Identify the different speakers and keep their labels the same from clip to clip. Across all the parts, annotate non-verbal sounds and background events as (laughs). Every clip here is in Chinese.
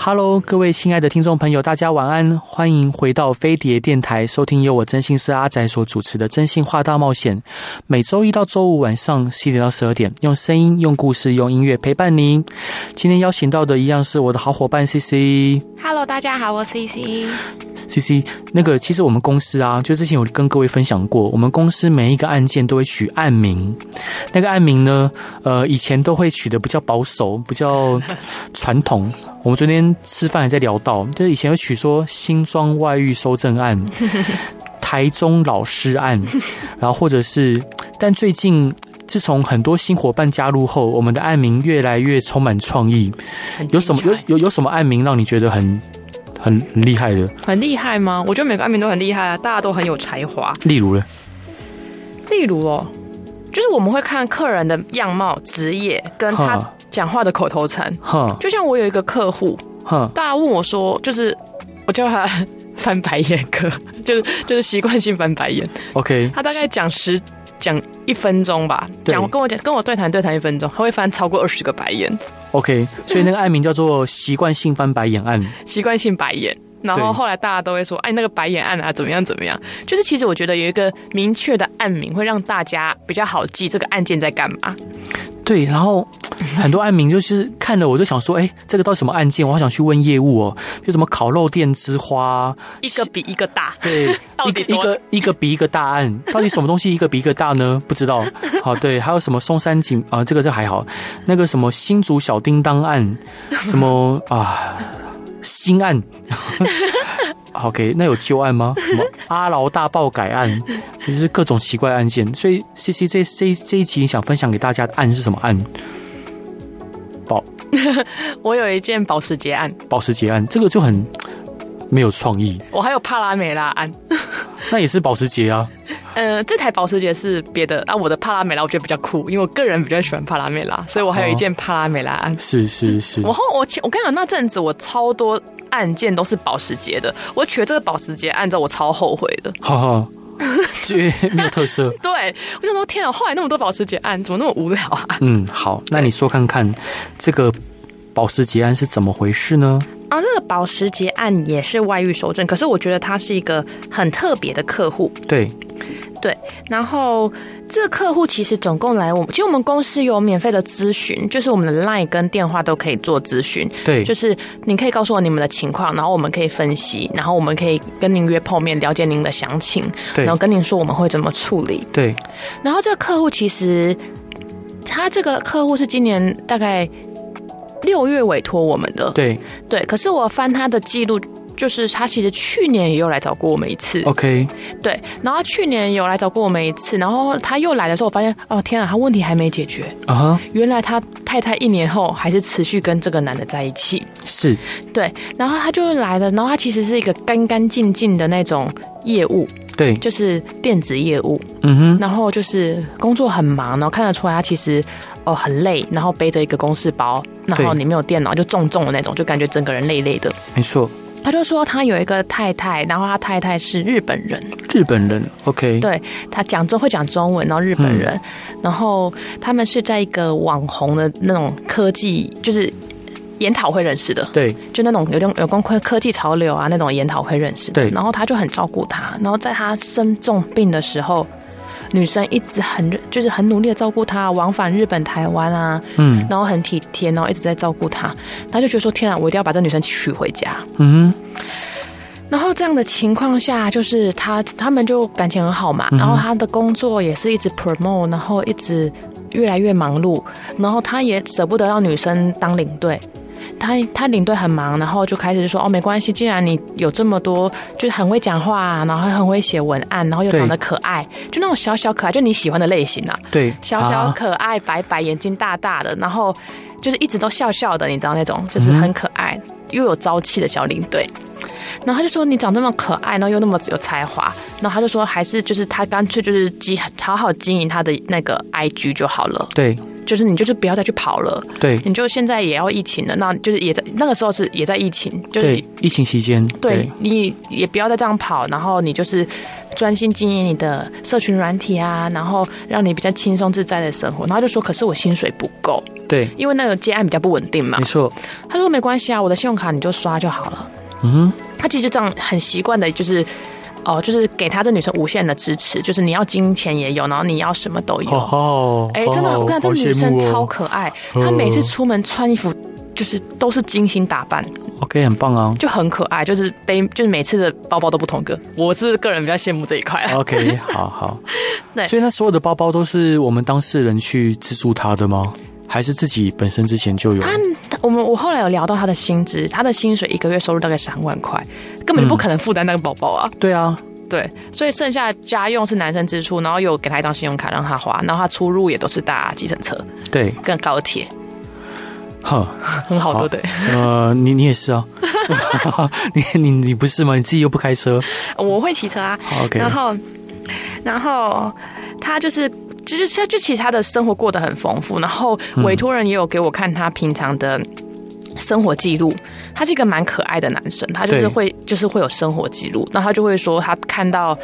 Speaker 1: Hello，各位亲爱的听众朋友，大家晚安！欢迎回到飞碟电台，收听由我真心是阿仔所主持的《真心话大冒险》。每周一到周五晚上七点到十二点，用声音、用故事、用音乐陪伴您。今天邀请到的一样是我的好伙伴 C C。
Speaker 2: Hello，大家好，我是 CC。
Speaker 1: C C，那个其实我们公司啊，就之前有跟各位分享过，我们公司每一个案件都会取案名，那个案名呢，呃，以前都会取的比较保守，比较传统。我们昨天吃饭还在聊到，就是以前会取说新庄外遇收证案、台中老师案，然后或者是，但最近。自从很多新伙伴加入后，我们的案名越来越充满创意。有什么有有有什么案名让你觉得很很很厉害的？
Speaker 2: 很厉害吗？我觉得每个案名都很厉害啊，大家都很有才华。
Speaker 1: 例如呢？
Speaker 2: 例如哦，就是我们会看客人的样貌、职业，跟他
Speaker 1: 哈
Speaker 2: 讲话的口头禅。
Speaker 1: 哼
Speaker 2: 就像我有一个客户，
Speaker 1: 哼，
Speaker 2: 大家问我说，就是我叫他翻白眼哥， (laughs) 就是就是习惯性翻白眼。
Speaker 1: OK，
Speaker 2: 他大概讲十讲一分钟吧，
Speaker 1: 对
Speaker 2: 讲跟我讲跟我对谈对谈一分钟，他会翻超过二十个白眼，
Speaker 1: OK，所以那个案名叫做习惯性翻白眼案。
Speaker 2: 习惯性白眼。然
Speaker 1: 对
Speaker 2: 后后来大家都会说，哎，那个白眼案啊，怎么样怎么样？就是其实我觉得有一个明确的案名，会让大家比较好记这个案件在干嘛。
Speaker 1: 对，然后很多案名就是看了我就想说，哎，这个到底什么案件？我好想去问业务哦，有什么烤肉店之花？啊
Speaker 2: 一个比一个大，
Speaker 1: 对，
Speaker 2: 到
Speaker 1: 一
Speaker 2: 底
Speaker 1: 个一
Speaker 2: 多
Speaker 1: 个一个比一个大案，到底什么东西一个比一个大呢？不知
Speaker 2: (laughs)
Speaker 1: 道。好，对，还有什么松山警啊、这个这还好。那个什么新竹小叮当
Speaker 2: (laughs)
Speaker 1: 案，什么啊新案。OK，那有旧案吗？什么阿劳大爆改案，也就是各种奇怪案件。所以 C C 这这这一集想分享给大家的案是什么案？
Speaker 2: (laughs) 我有一件保时捷案，
Speaker 1: 保时捷案，这个就很没有创意。
Speaker 2: 我还有帕拉梅拉案。
Speaker 1: 那也是保时捷啊，
Speaker 2: 嗯，这台保时捷是别的啊，我的帕拉梅拉我觉得比较酷，因为我个人比较喜欢帕拉梅拉，所以我还有一件帕拉梅拉案。
Speaker 1: 是是是
Speaker 2: 我后我前我跟你讲，那阵子我超多案件都是保时捷的，我取了这个保时捷案之后，我超后悔的。
Speaker 1: 哈哈，这没有特色。
Speaker 2: 对，我想说，天啊，后来那么多保时捷案，怎么那么无聊啊？
Speaker 1: 嗯，好，那你说看看这个保时捷案是怎么回事呢？
Speaker 3: 啊，那个保时捷案也是外遇收证，可是我觉得他是一个很特别的客户。
Speaker 1: 对，
Speaker 3: 然后这个客户其实总共来我们，其实我们公司有免费的咨询，就是我们的 LINE 跟电话都可以做咨询，
Speaker 1: 对，
Speaker 3: 就是你可以告诉我你们的情况，然后我们可以分析，然后我们可以跟您约碰面，了解您的详情，
Speaker 1: 对
Speaker 3: 然后跟您说我们会怎么处理。
Speaker 1: 对，
Speaker 3: 然后这个客户其实，他这个客户是今年大概六月委托我们的，
Speaker 1: 对
Speaker 3: 对，可是我翻他的记录，就是他其实去年也有来找过我们一次，
Speaker 1: ，OK，
Speaker 3: 对，然后去年有来找过我们一次，然后他又来的时候，我发现，哦天啊，他问题还没解决，
Speaker 1: 啊哈，
Speaker 3: 原来他太太一年后还是持续跟这个男的在一起，
Speaker 1: 是，
Speaker 3: 对，然后他就来了，然哦后他其实是一个干干净净的那种业务，
Speaker 1: 对，
Speaker 3: 就是电子业务，
Speaker 1: 嗯哼，
Speaker 3: 然后就是工作很忙，然后看得出来他其实哦很累，然后背着一个公事包，然
Speaker 1: 对
Speaker 3: 后里面有电脑，就重重的那种，就感觉整个人累累的。
Speaker 1: 没错，
Speaker 3: 他就说他有一个太太，然后他太太是日本人，
Speaker 1: 日本人，OK，
Speaker 3: 对他讲中会讲中文，然后日本人，然后他们是在一个网红的那种科技，就是。研讨会认识的，
Speaker 1: 对，
Speaker 3: 就那种有点有关科科技潮流啊那种研讨会认识的。
Speaker 1: 对
Speaker 3: 然后他就很照顾他，然后在他生重病的时候，女生一直很就是很努力的照顾他，往返日本、台湾啊，
Speaker 1: 嗯
Speaker 3: 然后很体贴，然后一直在照顾他。他就觉得说：天啊，我一定要把这女生娶回家。
Speaker 1: 嗯哼，
Speaker 3: 然后这样的情况下，就是他他们就感情很好嘛，
Speaker 1: 嗯哼
Speaker 3: 然后他的工作也是一直 promote，然后一直越来越忙碌，然后他也舍不得让女生当领队。他他领队很忙，然后就开始就说哦，没关系，既然你有这么多，就是很会讲话、啊，然后很会写文案，然后又
Speaker 1: 对
Speaker 3: 长得可爱，就那种小小可爱，就你喜欢的类型啊，
Speaker 1: 对，
Speaker 3: 小小
Speaker 1: 啊
Speaker 3: 可爱、白白，眼睛大大的，然后就是一直都笑笑的，你知道那种，就是很可爱、又有朝气的小领队。然后他就说你长这么可爱，然后又那么有才华，然后他就说还是就是他干脆就是经好好经营他的那个 IG 就好了，
Speaker 1: 对
Speaker 3: 就是你就是不要再去跑了，
Speaker 1: 对
Speaker 3: 你就现在也要疫情了，那就是也在那个时候是也在疫情，就是
Speaker 1: 对，疫情期间，
Speaker 3: 对你也不要再这样跑，然后你就是专心经营你的社群软体啊，然后让你比较轻松自在的生活。然后他就说，可是我薪水不够，
Speaker 1: 对，
Speaker 3: 因为那个接案比较不稳定嘛
Speaker 1: 没。错，
Speaker 3: 他说没关系啊，我的信用卡你就刷就好了。
Speaker 1: 嗯哼，
Speaker 3: 他其实就这样很习惯的，就是。哦，就是给他这女生无限的支持，就是你要金钱也有，然后你要什么都有。
Speaker 1: 哦哦，
Speaker 3: 哎、真的，
Speaker 1: 哦
Speaker 3: 我看这
Speaker 1: 好
Speaker 3: 女
Speaker 1: 羡
Speaker 3: 生
Speaker 1: 慕哦
Speaker 3: 超可爱，她每次出门穿衣服就是都是精心打扮，
Speaker 1: OK，很棒啊。
Speaker 3: 就很可爱，就是背，就是每次的包包都不同个。我是个人比较羡慕这一块、啊，
Speaker 1: (laughs) OK，好好。
Speaker 3: (laughs) 对
Speaker 1: 所以那所有的包包都是我们当事人去资助他的吗？还是自己本身之前就有？
Speaker 3: (laughs) 我们我后来有聊到他的薪资，他的薪水一个月收入大概三万块，根本就不可能负担那个包包啊。
Speaker 1: 对啊，
Speaker 3: 对，所以剩下家用是男生支出，然后有给他一张信用卡让他花，然后他出入也都是搭计程车
Speaker 1: 对，
Speaker 3: 跟高铁， (laughs)
Speaker 1: 哼，
Speaker 3: 很好
Speaker 1: 好
Speaker 3: 对不对？
Speaker 1: 呃，你你也是啊， (laughs) 你你你不是吗？你自己又不开车
Speaker 3: 我会骑车啊，
Speaker 1: 好，OK，
Speaker 3: 然后，然后他就是。就是他，就其实他的生活过得很丰富，然后委托人也有给我看他平常的生活记录。他是一个蛮可爱的男生，他就是
Speaker 1: 对
Speaker 3: 会就是会有生活记录，然后他就会说他看到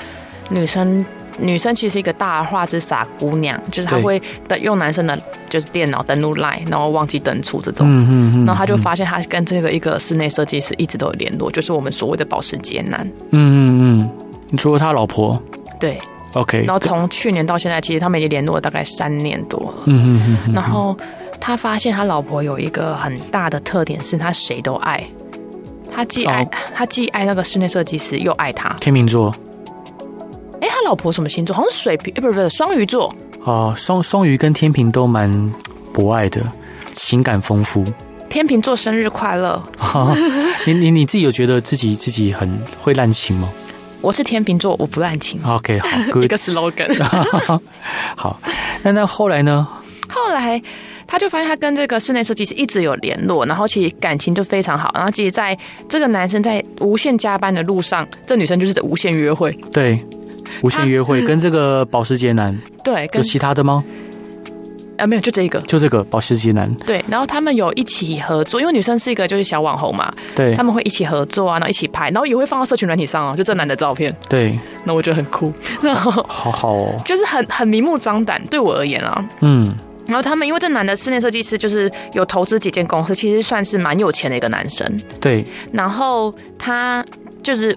Speaker 3: 女生，女生其实是一个大而化之傻姑娘，就是他
Speaker 1: 对
Speaker 3: 会的用男生的就是电脑登录 Line，然后忘记登出这种。
Speaker 1: 嗯嗯嗯，
Speaker 3: 然后他就发现他跟这个一个室内设计师一直都有联络，就是我们所谓的保时捷男。
Speaker 1: 嗯嗯嗯，你说他老婆
Speaker 3: 对，
Speaker 1: OK，
Speaker 3: 然后从去年到现在，其实他们已经联络了大概三年多了。
Speaker 1: 嗯嗯嗯嗯，
Speaker 3: 然后他发现他老婆有一个很大的特点，是他谁都爱。他既爱、
Speaker 1: 哦
Speaker 3: 他既爱那个室内设计师，又爱他。
Speaker 1: 天秤座
Speaker 3: 哎，他老婆什么星座？好像是水瓶，诶不是不是双鱼座。
Speaker 1: 哦，双双鱼跟天秤都蛮博爱的，情感丰富。
Speaker 3: 天秤座生日快乐！
Speaker 1: 你你你自己有觉得自己自己很会滥情吗
Speaker 3: 我是天秤座，我不
Speaker 1: (laughs)
Speaker 3: 滥情。
Speaker 1: ？OK，好
Speaker 2: 一
Speaker 1: ，Good，
Speaker 3: (laughs)
Speaker 2: 个 slogan，
Speaker 1: 好。那那后来呢？
Speaker 3: 后来他就发现他跟这个室内设计师一直有联络，然后其实感情就非常好。然后其实在这个男生在无限加班的路上，这女生就是无限约会。
Speaker 1: 对，无限约会跟这个保时捷男
Speaker 3: 对，嗯
Speaker 1: 有
Speaker 3: 跟
Speaker 1: 其他的吗？
Speaker 3: 啊没有就这一个。
Speaker 1: 就这个保时捷男，
Speaker 3: 对，然后他们有一起合作，因为女生是一个就是小网红嘛，
Speaker 1: 对
Speaker 3: 他们会一起合作啊，然后一起拍，然后也会放到社群软体上哦，就这男的照片，
Speaker 1: 对，
Speaker 3: 那我觉得很酷，然后
Speaker 1: 好好哦，
Speaker 3: 就是很很明目张胆，对我而言啊。
Speaker 1: 嗯，
Speaker 3: 然后他们因为这男的室内设计师就是有投资几间公司，其实算是蛮有钱的一个男生，
Speaker 1: 对，
Speaker 3: 然后他就是。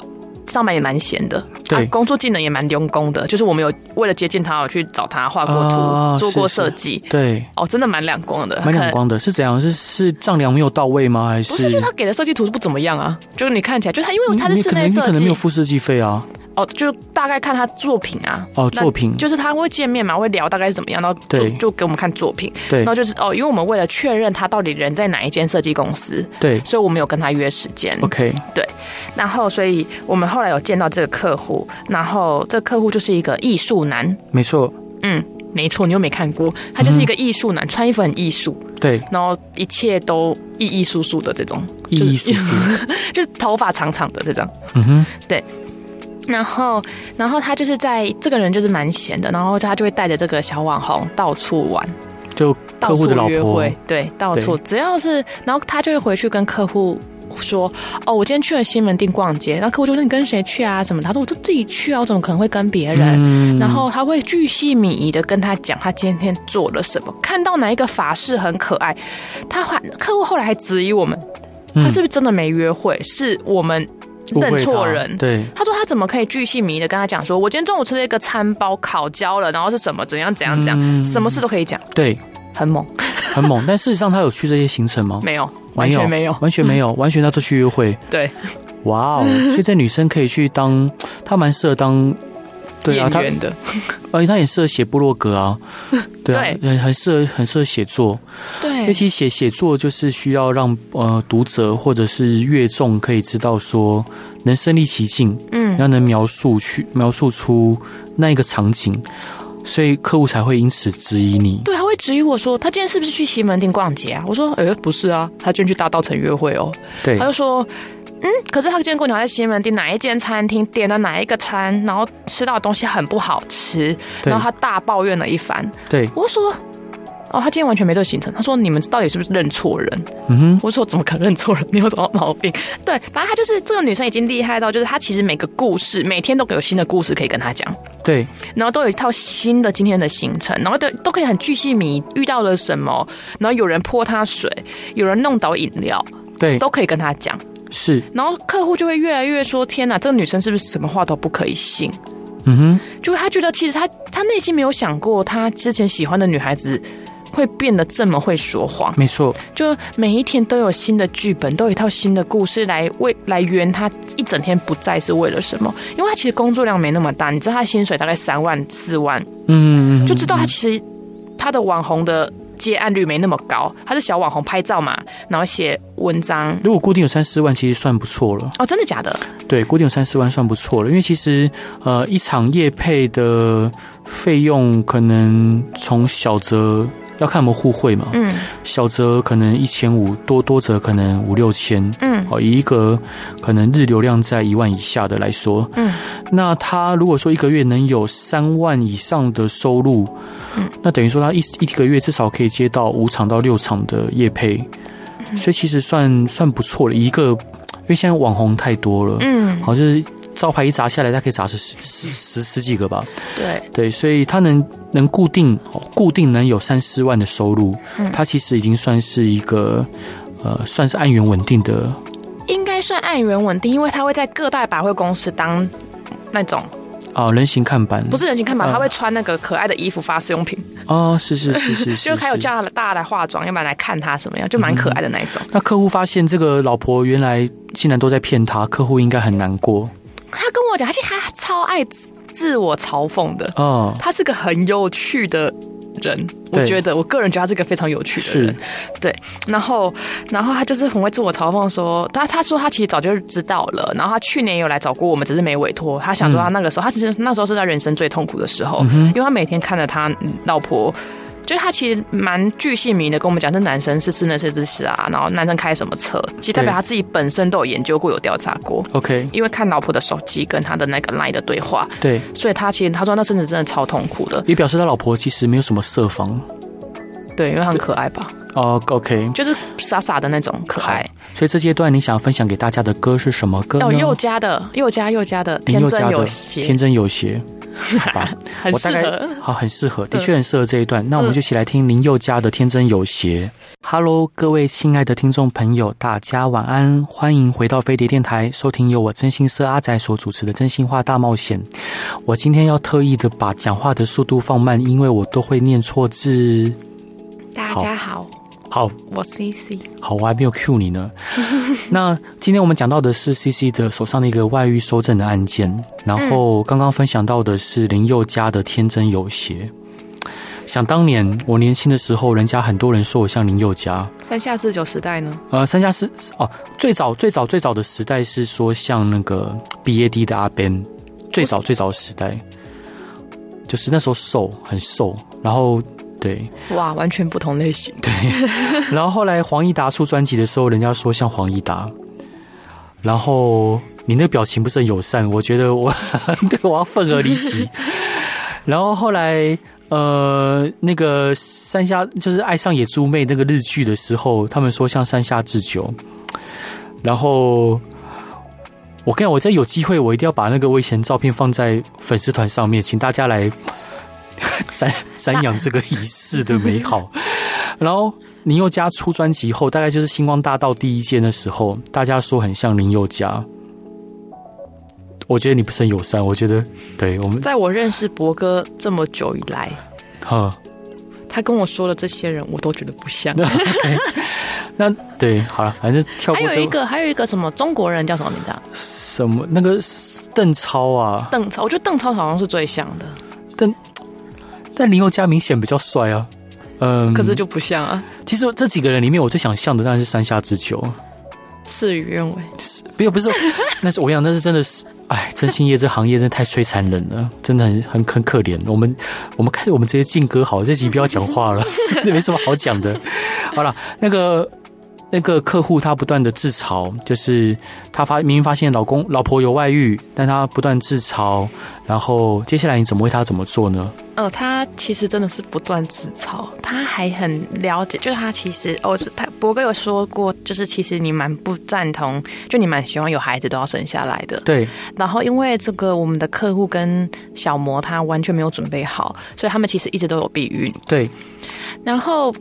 Speaker 3: 上班也蛮闲的，
Speaker 1: 对
Speaker 3: 啊工作技能也蛮用功的。就是我们有为了接近他，我去找他画过图，
Speaker 1: 啊
Speaker 3: 做过
Speaker 1: 是是
Speaker 3: 设计，
Speaker 1: 对，
Speaker 3: 哦，真的哦蛮两光的，
Speaker 1: 蛮
Speaker 3: 可能
Speaker 1: 两光的，是怎样？是是丈量没有到位吗？还是
Speaker 3: 不是，就是他给的设计图是不怎么样啊，就是你看起来，就是他因为他是
Speaker 1: 你
Speaker 3: 室
Speaker 1: 可能
Speaker 3: 内
Speaker 1: 你
Speaker 3: 设
Speaker 1: 可能没
Speaker 3: 计
Speaker 1: 有，付设计费啊？
Speaker 3: 哦，就大概看他作品啊，
Speaker 1: 哦，
Speaker 3: 那
Speaker 1: 作品
Speaker 3: 就是他会见面嘛，会聊大概是怎么样，然后就
Speaker 1: 对
Speaker 3: 就给我们看作品，
Speaker 1: 对
Speaker 3: 然后就是哦，因为我们为了确认他到底人在哪一间设计公司，
Speaker 1: 对
Speaker 3: 所以我们有跟他约时间，
Speaker 1: ，OK，
Speaker 3: 然后所以我们后来有见到这个客户，然后这个客户就是一个艺术男，
Speaker 1: 没错，
Speaker 3: 嗯。没错，你又没看过，他就是
Speaker 1: 嗯
Speaker 3: 一个艺术男，穿衣服很艺术，
Speaker 1: 对，
Speaker 3: 然后一切都艺艺术术的这种，
Speaker 1: 意义叔叔，
Speaker 3: 就是头发长长的这种。
Speaker 1: 嗯哼，
Speaker 3: 然后，然后他就是在这个人就是蛮闲的，然后他就会带着这个小网红到处玩，
Speaker 1: 就
Speaker 3: 到
Speaker 1: 客
Speaker 3: 处
Speaker 1: 户的老
Speaker 3: 约
Speaker 1: 婆
Speaker 3: 会，对，到处只要是，然后他就会回去跟客户说：“哦，我今天去了西门町逛街。”然后客户就说：“你跟谁去啊？什么？”他说：“我就自己去啊，我怎么可能会跟别人？”
Speaker 1: 嗯
Speaker 3: 然后他会巨细靡遗的跟他讲他今天做了什么，看到哪一个法式很可爱，他还客户后来还质疑我们，他是不是真的没约会？是我们
Speaker 1: 嗯误会
Speaker 3: 认错
Speaker 1: 他
Speaker 3: 人？
Speaker 1: 对，
Speaker 3: 他说他怎么可以巨细靡遗的跟他讲说，我今天中午吃了一个餐包烤焦了，然后是什么怎样怎样怎样，
Speaker 1: 嗯
Speaker 3: 什么事都可以讲，
Speaker 1: 对，
Speaker 3: 很猛。
Speaker 1: 很猛。但事实上，他有去这些行程吗？
Speaker 3: 没有，完全没有。
Speaker 1: 完全
Speaker 3: (laughs)
Speaker 1: 没有，完全他都去约会。
Speaker 3: 对，
Speaker 1: 哇哦！
Speaker 3: 嗯
Speaker 1: 所以这女生可以去当，她蛮适合当，对啊，她
Speaker 2: 演员的，
Speaker 1: 而且她也适合写部落格
Speaker 3: (laughs)
Speaker 1: 啊，对啊，很很适合很适合写作，尤
Speaker 3: 对，
Speaker 1: 其写写作就是需要让呃读者或者是阅众可以知道说能身临其境，
Speaker 3: 嗯
Speaker 1: 然，后能描述去描述出那一个场景，所以客户才会因此质疑你。
Speaker 3: 对，他会质疑我说，他今天是不是去西门町逛街啊？我说，呃，不是啊，他今天去大道城约会哦。
Speaker 1: 对
Speaker 3: 他，就说，嗯，可是他今天跟我讲在西门町哪一间餐厅点了哪一个餐，然后吃到的东西很不好吃，
Speaker 1: 对
Speaker 3: 然后他大抱怨了一番。
Speaker 1: 对，
Speaker 3: 我说。哦，他今天完全没这个行程。他说：“你们到底是不是认错人？”
Speaker 1: 嗯哼，
Speaker 3: 我说怎么可能认错人？你有什么毛病？对，反正她就是这个女生已经厉害到，就是她其实每个故事每天都有新的故事可以跟她讲，
Speaker 1: 对，
Speaker 3: 然后都有一套新的今天的行程，然后都都可以很巨细靡遇到了什么，然后有人泼她水，有人弄倒饮料，
Speaker 1: 对，
Speaker 3: 都可以跟她讲，
Speaker 1: 是，
Speaker 3: 然后客户就会越来越说：天哪，这个女生是不是什么话都不可以信？
Speaker 1: 嗯哼，
Speaker 3: 就他觉得其实他他内心没有想过，他之前喜欢的女孩子会变得这么会说谎。
Speaker 1: 没错，
Speaker 3: 就每一天都有新的剧本，都有一套新的故事来为来圆他一整天不在是为了什么？因为他其实工作量没那么大，你知道他薪水大概三万四万，
Speaker 1: 嗯，嗯嗯
Speaker 3: 就知道他其实他的网红的接案率没那么高，他是小网红拍照嘛，然后写文章。
Speaker 1: 如果固定有三四万，其实算不错了。
Speaker 3: 哦，真的假的？
Speaker 1: 对，固定有三四万算不错了，因为其实呃，一场业配的费用可能从小则要看我们互惠嘛，
Speaker 3: 嗯
Speaker 1: 小则可能一千五，多多则可能五六千。
Speaker 3: 嗯
Speaker 1: 哦，以一个可能日流量在一万以下的来说，
Speaker 3: 嗯，
Speaker 1: 那他如果说一个月能有三万以上的收入，
Speaker 3: 嗯，
Speaker 1: 那等于说他一一个月至少可以接到五场到六场的业配，
Speaker 3: 嗯
Speaker 1: 所以其实算算不错了。以一个，因为现在网红太多了，
Speaker 3: 嗯，
Speaker 1: 好，就是招牌一砸下来，它可以砸十十十十十几个吧。
Speaker 3: 对，
Speaker 1: 对，所以它能能固定哦固定能有三四万的收入，
Speaker 3: 嗯
Speaker 1: 它其实已经算是一个呃，算是按源稳定的。
Speaker 3: 应该算案源稳定，因为他会在各大百货公司当那种
Speaker 1: 啊，人形看板
Speaker 3: 不是人形看板，
Speaker 1: 嗯
Speaker 3: 他会穿那个可爱的衣服发试用品。
Speaker 1: 哦，是是是
Speaker 3: (laughs)
Speaker 1: 是是，
Speaker 3: 就还有
Speaker 1: 是嗯
Speaker 3: 叫他大家来化妆，要不然来看他什么样，就蛮可爱的那一种。
Speaker 1: 那客户发现这个老婆原来竟然都在骗他，客户应该很难过
Speaker 3: 他跟我讲，他其实他超爱自自我嘲讽的，
Speaker 1: 哦。
Speaker 3: 他是个很有趣的人。我
Speaker 1: 对
Speaker 3: 觉得，我个人觉得他是个非常有趣的
Speaker 1: 是
Speaker 3: 人。然后，然后他就是很会自我嘲讽说，他他说他其实早就知道了，然后他去年有来找过我们，只是没委托。他想说他那个时候，他其实那时候是他人生最痛苦的时候，
Speaker 1: 嗯
Speaker 3: 因为他每天看着他老婆。就是他其实蛮巨细迷的，跟我们讲这男生是室内设计师啊，然后男生开什么车，其实代表
Speaker 1: 对
Speaker 3: 他自己本身都有研究过、有调查过，
Speaker 1: OK，
Speaker 3: 因为看老婆的手机跟他的那个 LINE 的对话，
Speaker 1: 对，
Speaker 3: 所以他其实他说那阵子真的超痛苦的，
Speaker 1: 也表示他老婆其实没有什么设防
Speaker 3: 对，因为他很可爱吧，
Speaker 1: 哦。OK，
Speaker 3: 就是傻傻的那种可爱。
Speaker 1: 所以这阶段你想要分享给大家的歌是什么歌
Speaker 3: 哦，
Speaker 1: 嗯呢？
Speaker 3: 佑嘉的，佑嘉，佑嘉的，
Speaker 1: 林
Speaker 3: 天
Speaker 1: 宥
Speaker 3: 真
Speaker 1: 嘉的
Speaker 3: 有
Speaker 1: 《
Speaker 3: 邪
Speaker 1: 天，真有邪》，好吧，
Speaker 3: 很
Speaker 1: 我
Speaker 3: 适
Speaker 1: 大概
Speaker 3: 合。
Speaker 1: 好，很适合，的确很适合这一段。那我们就一起来听林宥嘉的《天真有邪》。Hello，各位亲爱的听众朋友，大家晚安，欢迎回到飞碟电台，收听由我真心社阿仔所主持的《真心话大冒险》。我今天要特意的把讲话的速度放慢，因为我都会念错字。
Speaker 3: 大
Speaker 1: 家
Speaker 3: 好，
Speaker 1: 好，
Speaker 3: 我 C C，
Speaker 1: 好，我还没有 Q 你呢。那今天我们讲到的是 CC 的手上的一个外遇收证的案件，然后刚刚分享到的是林宥嘉的《天真有邪》。想当年我年轻的时候，人家很多人说我像林宥嘉。
Speaker 3: 三下四九时代呢？
Speaker 1: 呃，三下是哦，最早最早最早的时代是说像那个 BAD 的阿 Ben，最早最早的时代，就是那时候瘦很瘦，然后对，
Speaker 3: 哇，完全不同类型。
Speaker 1: 然后后来黄义达出专辑的时候，人家说像黄义达，然后你那表情不是很友善，我觉得我 (laughs) 对我要愤而离席。然后后来呃，那个山下就是爱上野猪妹那个日剧的时候，他们说像山下智久，然后。我跟你讲，我再有机会，我一定要把那个我以前照片放在粉丝团上面，请大家来 (laughs) 瞻瞻仰这个仪式的美好。然后林宥嘉出专辑后，大概就是《星光大道》第一届的时候，大家说很像林宥嘉。我觉得你不是很友善，我觉得对我们，
Speaker 3: 在我认识博哥这么久以来，
Speaker 1: 哈，
Speaker 3: 他跟我说的这些人，我都觉得
Speaker 1: (laughs)
Speaker 3: 不像。
Speaker 1: 那对，好了，反正跳
Speaker 3: 还
Speaker 1: 过
Speaker 3: 有
Speaker 1: 这
Speaker 3: 一个，还有一个什么中国人叫什么名字啊？
Speaker 1: 什么那个邓超啊，
Speaker 3: 邓超，我觉得邓超好像是最像的，
Speaker 1: 嗯但林宥嘉明显比较帅啊。嗯，
Speaker 3: 可是就不像啊。
Speaker 1: 其实这几个人里面，我最想像的当然是山下智久，
Speaker 3: 事与愿违，
Speaker 1: 是不是不 (laughs) 是，那是我想那是真的是，哎，真心业这行业真的太摧残人了，真的很很很可怜。我们我们开始我 (laughs) 们直接进歌好了，这集不要讲话了，这没什么好讲的。好了，那个那个客户他不断的自嘲，就是他发明明发现老公老婆有外遇，但他不断自嘲，然后接下来你怎么为他怎么做呢？
Speaker 3: 呃，他其实真的是不断自嘲，他还很了解，就是他其实哦，就他博哥有说过，就是其实你蛮不赞同，就你蛮希望有孩子都要生下来的。
Speaker 1: 对，
Speaker 3: 然后因为这个，我们的客户跟小魔他完全没有准备好，所以他们其实一直都有避孕。
Speaker 1: 对，
Speaker 3: 然后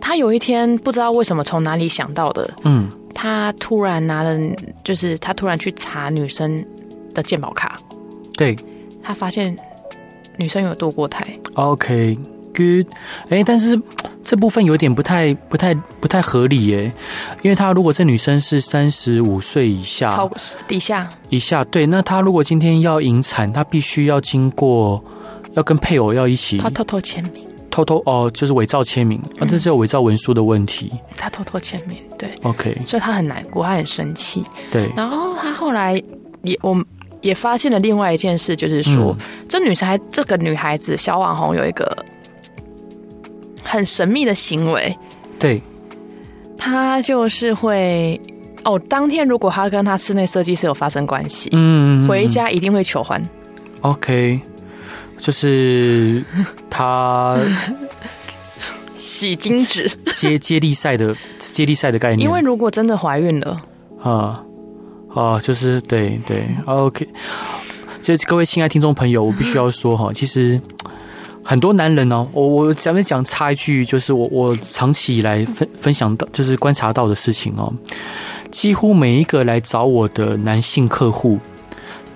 Speaker 3: 他有一天不知道为什么从哪里想到的，
Speaker 1: 嗯，
Speaker 3: 他突然拿了，就是他突然去查女生的健保卡，
Speaker 1: 对
Speaker 3: 他发现女生有堕过胎。
Speaker 1: ，OK，good，哎，但是这部分有点不太、不太、不太合理耶，因为他如果这女生是三十五岁以下，
Speaker 3: 超底下
Speaker 1: 以下，对，那他如果今天要引产，他必须要经过，要跟配偶要一起
Speaker 3: 他偷偷签名，
Speaker 1: 偷偷哦，就是伪造签名，啊，这是有伪造文书的问题。
Speaker 3: 他偷偷签名，对，
Speaker 1: OK，
Speaker 3: 所以他很难过，他很生气。
Speaker 1: 对，
Speaker 3: 然后他后来也我们也发现了另外一件事，就是说、
Speaker 1: 嗯
Speaker 3: 这女孩这个女孩子小网红有一个很神秘的行为，
Speaker 1: 对，
Speaker 3: 她就是会哦，当天如果她跟她室内设计师有发生关系，
Speaker 1: 嗯，
Speaker 3: 回家一定会求欢。
Speaker 1: OK，就是他
Speaker 3: 洗精子，
Speaker 1: 接接力赛的接力赛的概念，
Speaker 3: 因为如果真的怀孕了，
Speaker 1: 啊啊，就是对对，OK。就各位亲爱听众朋友，我必须要说哈，其实很多男人哦，我我咱们讲插一句，就是我我长期以来分分享到，就是观察到的事情哦，几乎每一个来找我的男性客户，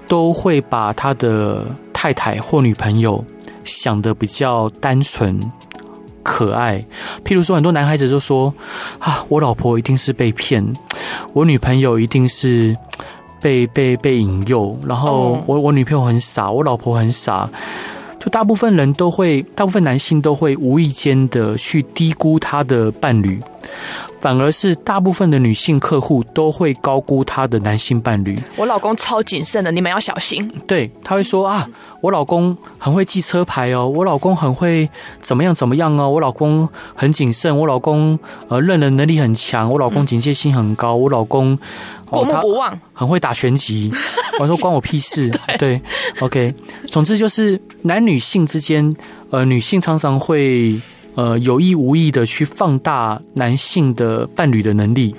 Speaker 1: 都会把他的太太或女朋友想的比较单纯。可爱，譬如说，很多男孩子就说：“啊，我老婆一定是被骗，我女朋友一定是被 (laughs) 被被引诱，然后
Speaker 3: 哦
Speaker 1: 我我女朋友很傻，我老婆很傻。”就大部分人都会，大部分男性都会无意间的去低估他的伴侣，反而是大部分的女性客户都会高估他的男性伴侣。
Speaker 3: 我老公超谨慎的，你们要小心。
Speaker 1: 对，他会说啊，我老公很会记车牌哦，我老公很会怎么样怎么样哦，我老公很谨慎，我老公呃认人能力很强，我老公警戒心很高，我老公、哦
Speaker 3: 过目
Speaker 1: 他
Speaker 3: 不忘，
Speaker 1: 很会打拳击。我说关我屁事。对 o k 总之就是男女性之间，呃，女性常常会呃有意无意的去放大男性的伴侣的能力，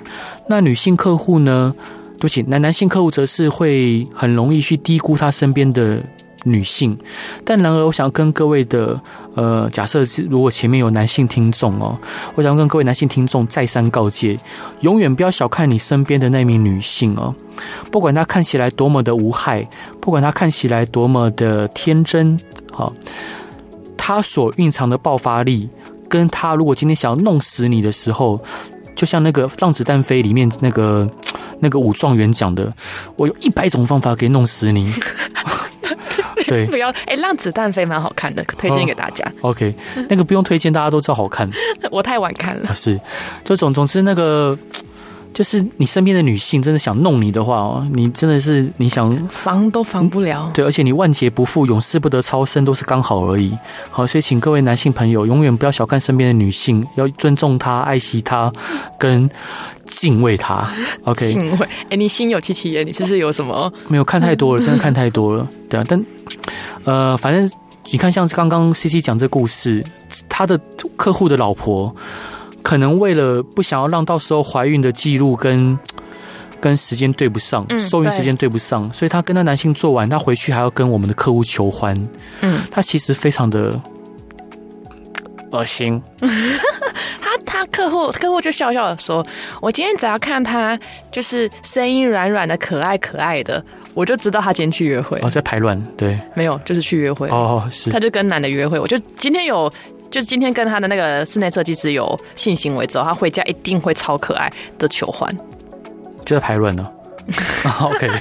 Speaker 1: 那女性客户呢，对不起，男男性客户则是会很容易去低估他身边的。女性，但然而，我想跟各位的呃，假设是如果前面有男性听众哦，我想跟各位男性听众再三告诫，永远不要小看你身边的那名女性哦。不管她看起来多么的无害，不管她看起来多么的天真，好、她所蕴藏的爆发力，跟她如果今天想要弄死你的时候，就像那个《让子弹飞》里面那个那个武状元讲的，我有一百种方法可以弄死你。 (laughs) 对
Speaker 3: 不要哎、让子弹飞》蛮好看的，推荐给大家。
Speaker 1: ，OK，那个不用推荐，大家都知道好看。
Speaker 3: (laughs) 我太晚看了，
Speaker 1: 啊，是，就总总之那个，就是你身边的女性真的想弄你的话哦，你真的是你想
Speaker 3: 防都防不了。
Speaker 1: 对，而且你万劫不复、永世不得超生都是刚好而已。好，所以请各位男性朋友永远不要小看身边的女性，要尊重她、爱惜她，跟敬畏她。OK，
Speaker 3: 敬畏。哎、你心有戚戚焉，你是不是有什么？
Speaker 1: 没有看太多
Speaker 3: (laughs)
Speaker 1: 了，真的看太多了。对啊，但呃，反正你看，像是刚刚 C C 讲这故事，他的客户的老婆可能为了不想要让到时候怀孕的记录跟跟时间对不上，
Speaker 3: 嗯
Speaker 1: 受孕时间对不上，所以她跟那男性做完，她回去还要跟我们的客户求欢。
Speaker 3: (laughs) 嗯，
Speaker 1: 她其实非常的恶心。
Speaker 3: 他啊他客户客户就笑笑的说：“我今天只要看他就是声音软软的、可爱可爱的，我就知道他今天去约会。
Speaker 1: 哦，在排卵，对，
Speaker 3: (laughs) 没有，就是去约会。
Speaker 1: 哦，是
Speaker 3: 他，就跟男的约会。我就今天有，就是今天跟他的那个室内设计师有性行为之后，他回家一定会超可爱的求欢。
Speaker 1: 就在排卵
Speaker 3: (laughs)
Speaker 1: 呢。OK，哦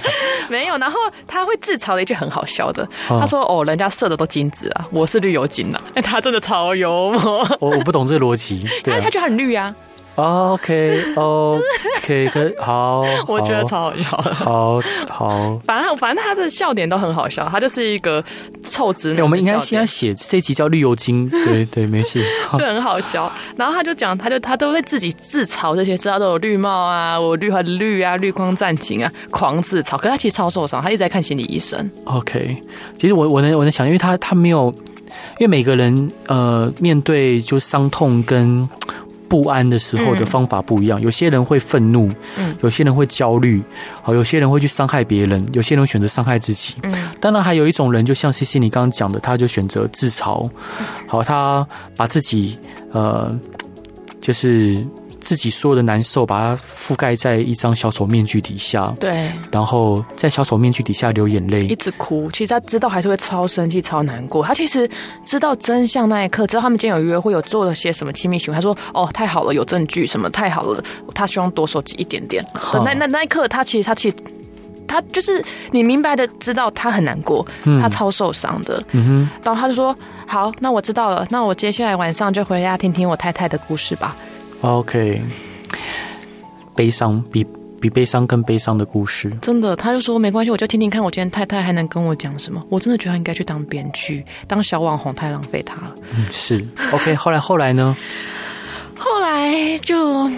Speaker 3: 没有，然后他会自嘲的一句很好笑的，
Speaker 1: 哦
Speaker 3: 他说：“哦，人家射的都金子啊，我是绿油精啊。哎，他真的超幽默，
Speaker 1: 我我不懂这个逻辑，对
Speaker 3: 他
Speaker 1: 啊
Speaker 3: 他，觉得他很绿啊。
Speaker 1: OK OK，可好？
Speaker 3: (laughs) 我觉得
Speaker 1: 好
Speaker 3: 超好笑的。
Speaker 1: 好
Speaker 3: (laughs)
Speaker 1: 好。
Speaker 3: 反正反正他的笑点都很好笑，他就是一个臭直
Speaker 1: 哎
Speaker 3: 男的笑点。
Speaker 1: 对，我们应该现在写这集叫绿油精，对对，没事。好
Speaker 3: 就很好笑。然后他就讲，他就他都会自己自嘲这些事，他都有绿帽啊，我绿和绿啊，绿光战警啊，狂自嘲。可他其实超受伤，他一直在看心理医生。
Speaker 1: OK，其实我我能我能想，因为他他没有，因为每个人呃面对就伤痛跟不安的时候的
Speaker 3: 嗯
Speaker 1: 方法不一样，有些人会愤怒，
Speaker 3: 嗯
Speaker 1: 有些人会焦虑，好，有些人会去伤害别人，有些人会选择伤害自己。
Speaker 3: 嗯
Speaker 1: 当然，还有一种人，就像西西你刚刚讲的，他就选择自嘲，
Speaker 3: 嗯
Speaker 1: 好，他把自己呃，就是自己所有的难受，把它覆盖在一张小丑面具底下，
Speaker 3: 对，
Speaker 1: 然后在小丑面具底下流眼
Speaker 3: 一
Speaker 1: 泪。
Speaker 3: 直哭。其实他知道还是会超生气、超难过。他其实知道真相那一刻，知道他们今天有约会，有做了些什么亲密行为。他说：“哦，太好了，有证据，什么太好了。”他希望多收集一点点。
Speaker 1: 好
Speaker 3: 那那那一刻，他其实他其实。他就是你明白的知道他很难过，他超受伤的。
Speaker 1: 嗯
Speaker 3: 然后他就说：“好，那我知道了，那我接下来晚上就回家听听我太太的故事吧。
Speaker 1: 哼，OK，悲伤比比悲伤更悲伤的故事”。
Speaker 3: 真的，他就说：“没关系，我就听听看，我今天太太还能跟我讲什么。”我真的觉得他应该去当编剧，当小网红太浪费他了。
Speaker 1: 嗯，是 OK。后来后来呢？
Speaker 3: 后来就。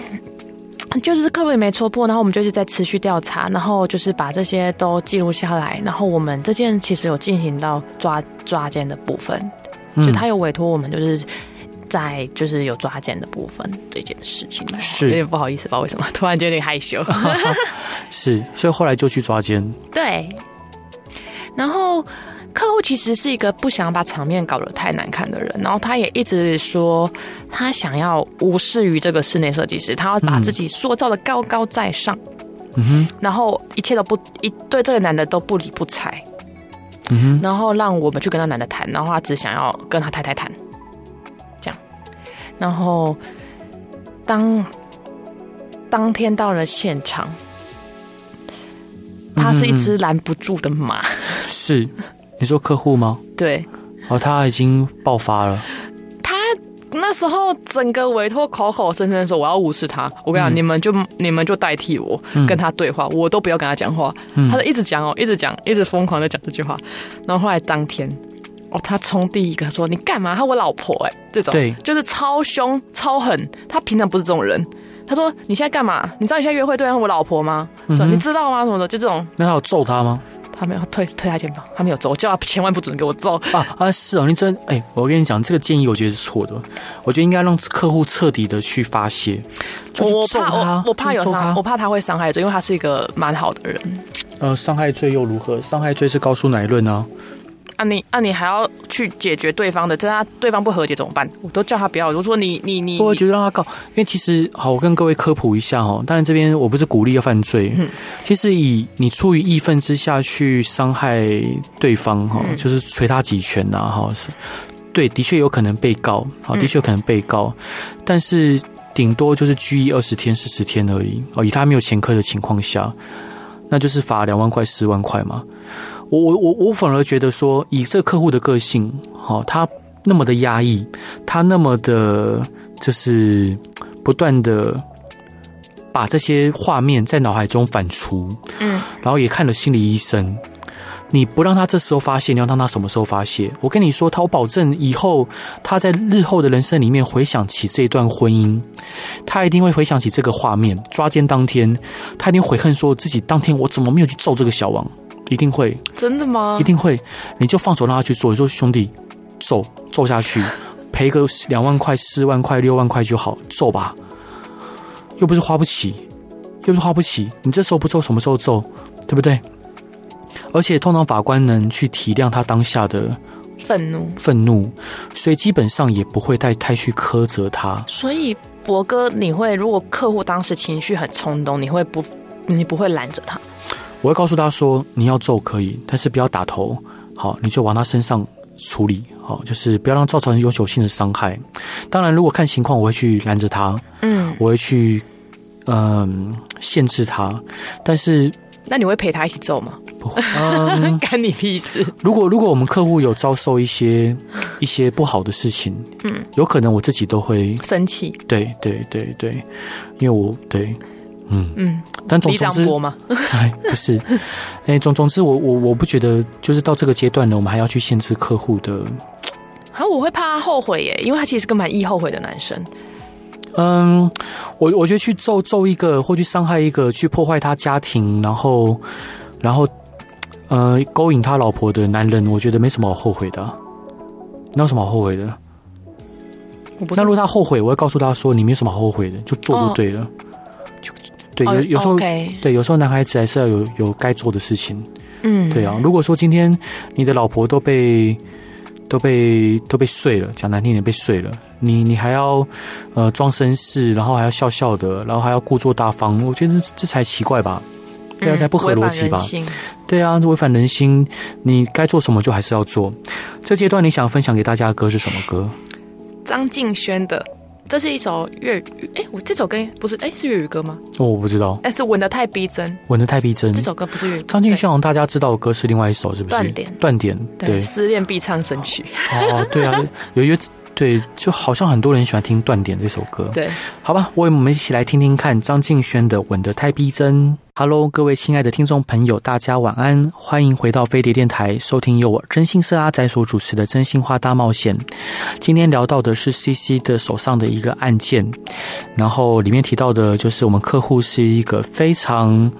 Speaker 3: 就是课本也没戳破，然后我们就是在持续调查，然后就是把这些都记录下来，然后我们这件其实有进行到抓抓奸的部分，
Speaker 1: 嗯
Speaker 3: 就他有委托我们，就是在就是有抓奸的部分这件事情，
Speaker 1: 是
Speaker 3: 有点不好意思吧？为什么突然就有点
Speaker 1: (laughs)
Speaker 3: 害羞？ (laughs)
Speaker 1: 是，所以后来就去抓奸。
Speaker 3: 对，然后客户其实是一个不想把场面搞得太难看的人，然后他也一直说他想要无视于这个室内设计师，他要把自己塑造的高高在上，
Speaker 1: 嗯
Speaker 3: 然后一切都不一对这个男的都不理不睬，
Speaker 1: 哼，嗯哼，
Speaker 3: 然后让我们去跟那男的谈，然后他只想要跟他太太谈，这样。然后当当天到了现场，它
Speaker 1: 嗯
Speaker 3: 是一只拦不住的马，
Speaker 1: 是。你说客户吗？
Speaker 3: 对
Speaker 1: 哦，他已经爆发了。
Speaker 3: 他。那时候整个委托口口声声说我要无视他，我跟你讲，你们就你们就代替我跟他对话，我都不要跟他讲话。他就一直讲哦，一直讲，一直疯狂的讲这句话。然后后来当天，哦，他冲第一个说你干嘛？他我老婆哎、这种
Speaker 1: 对
Speaker 3: 就是超凶超狠。他平常不是这种人。他说你现在干嘛？你知道你现在约会对象是我老婆吗？说你知道吗？什么的，就这种。
Speaker 1: 那他有揍他吗？
Speaker 3: 他没有推推他肩膀，他没有揍，我叫他千万不准给我揍。
Speaker 1: 啊啊，是哦，你真哎、我跟你讲，这个建议我觉得是错的，我觉得应该让客户彻底的去发泄，就
Speaker 3: 我
Speaker 1: 是
Speaker 3: 我
Speaker 1: 揍
Speaker 3: 怕我
Speaker 1: 他，
Speaker 3: 我怕
Speaker 1: 就
Speaker 3: 有
Speaker 1: 是揍
Speaker 3: 他，
Speaker 1: 他
Speaker 3: 我，怕他会伤害罪，因为他是一个蛮好的人。
Speaker 1: 呃，伤害罪又如何？伤害罪是告诉乃论啊，
Speaker 3: 啊你啊你还要去解决对方的，这他对方不和解怎么办？我都叫他不要，我就说你你你，
Speaker 1: 我觉得让他告，因为其实好，我跟各位科普一下哦，当然这边我不是鼓励要犯罪，其实以你出于义愤之下去伤害对方哈、
Speaker 3: 嗯
Speaker 1: 就是捶他几拳呐、哈、是，对，的确有可能被告，好，的确有可能被告，但是顶多就是拘役二十天、四十天而已哦，以他没有前科的情况下，那就是罚两万块、十万块嘛。我我我我反而觉得说，以这客户的个性，好、他那么的压抑，他那么的，就是不断的把这些画面在脑海中反刍，
Speaker 3: 嗯，
Speaker 1: 然后也看了心理医生。你不让他这时候发泄，你要让他什么时候发泄？我跟你说，他我保证以后他在日后的人生里面回想起这一段婚姻，他一定会回想起这个画面。抓奸当天，他一定悔恨说自己当天我怎么没有去揍这个小王，一定会。
Speaker 3: 真的吗
Speaker 1: 一？定会，你就放手让他去做。你说兄弟，揍揍下去，赔个两万块、四万块、六万块就好，揍吧，又不是花不起，又不是花不起，你这时候不揍，什么时候揍，对不对？而且通常法官能去体谅他当下的
Speaker 3: 愤怒。
Speaker 1: 愤怒，所以基本上也不会太太去苛责他。
Speaker 3: 所以博哥，你会如果客户当时情绪很冲动，你会不你不会拦着他？
Speaker 1: 我会告诉他说，你要揍可以，但是不要打头，好，你就往他身上处理，好，就是不要让造成永久性的伤害。当然，如果看情况，我会去拦着他，
Speaker 3: 嗯，
Speaker 1: 我会去，嗯、限制他，但是。
Speaker 3: 那你会陪他一起揍吗？
Speaker 1: (laughs) 不会，嗯，(laughs)
Speaker 3: (laughs) 干你屁事！
Speaker 1: 如果如果我们客户有遭受一些一些不好的事情，嗯，有可能我自己都会，
Speaker 3: 生气，
Speaker 1: 对对对对，因为我对，嗯，
Speaker 3: 嗯，
Speaker 1: 但总
Speaker 2: 李
Speaker 1: 总
Speaker 2: 长
Speaker 1: 之，
Speaker 2: 博嘛，
Speaker 1: (laughs) 哎，不是，哎，总总之我，我我不觉得，就是到这个阶段呢，我们还要去限制客户的，
Speaker 3: 啊，我会怕他后悔耶，因为他其实是个蛮易后悔的男生。
Speaker 1: 嗯，我我觉得去揍揍一个，或去伤害一个，去破坏他家庭，然后然后呃勾引他老婆的男人，我觉得没什么好后悔的啊、哪有什么好后悔的？
Speaker 2: 我不是
Speaker 1: 那
Speaker 2: 哦
Speaker 1: 如果他后悔，我会告诉他说：“你没有什么好后悔的，就做就对了。就对，
Speaker 3: 哦
Speaker 1: 有有时候、
Speaker 3: o k
Speaker 1: 对，有时候男孩子还是要有有该做的事情。
Speaker 3: 嗯，
Speaker 1: 对啊，如果说今天你的老婆都被都被都被睡了，讲难听点被睡了，你你还要呃装绅士，然后还要笑笑的，然后还要故作大方，我觉得这这才奇怪吧？
Speaker 3: 嗯
Speaker 1: 对啊，才不合逻辑吧？对啊，违反人心，你该做什么就还是要做。这阶段你想分享给大家的歌是什么歌？
Speaker 3: 张敬轩的，这是一首粤语，哎，我这首歌不是，哎，是粤语歌吗？
Speaker 1: 哦，我不知道，
Speaker 3: 哎，是吻得太逼真，
Speaker 1: 吻得太逼真
Speaker 3: 这。首歌不是粤语歌。
Speaker 1: 嗯张敬轩好像大家知道的歌是另外一首，是不是？
Speaker 3: 断点
Speaker 1: 断点，
Speaker 3: 对
Speaker 1: 对
Speaker 3: 对，失恋必唱神曲，
Speaker 1: 哦，对啊，有有对，就好像很多人喜欢听《断点》这首歌。
Speaker 3: 对，
Speaker 1: 好吧，我们一起来听听看张敬轩的《吻得太逼真》。Hello，各位亲爱的听众朋友，大家晚安，欢迎回到飞碟电台，收听由我真心社阿仔所主持的《真心话大冒险》。今天聊到的是 CC 的手上的一个案件，然后里面提到的就是我们客户是一个非常，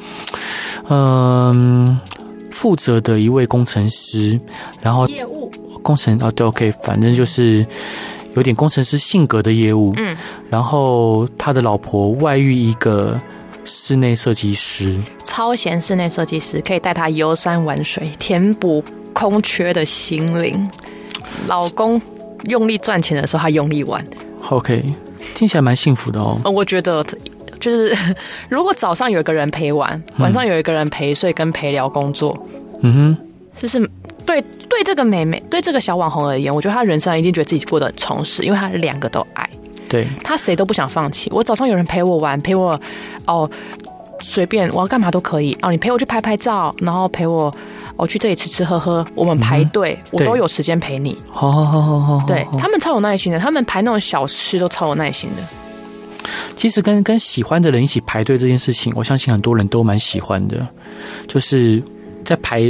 Speaker 1: 嗯、负责的一位工程师，然后
Speaker 3: 业务，
Speaker 1: 工程啊，对，OK，反正就是有点工程师性格的业务。
Speaker 3: 嗯，
Speaker 1: 然后他的老婆外遇一个室内设计师，
Speaker 3: 超闲室内设计师可以带他游山玩水，填补空缺的心灵。老公用力赚钱的时候，他用力玩。
Speaker 1: OK，听起来蛮幸福的哦。
Speaker 3: 呃，我觉得就是 (laughs) 如果早上有一个人陪玩，晚上有一个人陪睡跟陪聊工作，
Speaker 1: 嗯哼，
Speaker 3: 就是对对这个美眉对这个小网红而言，我觉得她人生一定觉得自己过得很充实，因为她两个都爱，
Speaker 1: 对，
Speaker 3: 她谁都不想放弃。我早上有人陪我玩，陪我哦。随便我要干嘛都可以哦，你陪我去拍拍照，然后陪我我、哦、去这里吃吃喝喝，我们排队，我
Speaker 1: 对
Speaker 3: 都有时间陪你。
Speaker 1: 好好好好好好。
Speaker 3: 对
Speaker 1: 好
Speaker 3: 他们超有耐心的，他们排那种小吃都超有耐心的。
Speaker 1: 其实跟跟喜欢的人一起排队这件事情，我相信很多人都蛮喜欢的，就是在排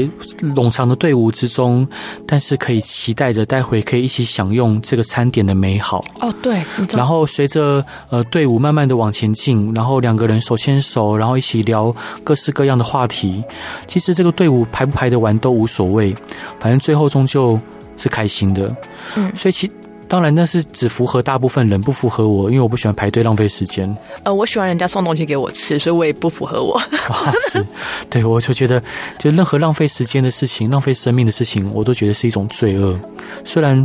Speaker 1: 冗长的队伍之中，但是可以期待着待会可以一起享用这个餐点的美好。
Speaker 3: 哦，对，你知道
Speaker 1: 然后随着呃队伍慢慢的往前进，然后两个人手牵手，然后一起聊各式各样的话题。其实这个队伍排不排得完都无所谓，反正最后终究是开心的。
Speaker 3: 嗯
Speaker 1: 所以其当然那是只符合大部分人，不符合我，因为我不喜欢排队浪费时
Speaker 3: (laughs)
Speaker 1: 间。
Speaker 3: 呃，我喜欢人家送东西给我吃，所以我也不符合我。
Speaker 1: 哇，是，对我就觉得，就任何浪费时间的事情、浪费生命的事情，我都觉得是一种罪恶。虽然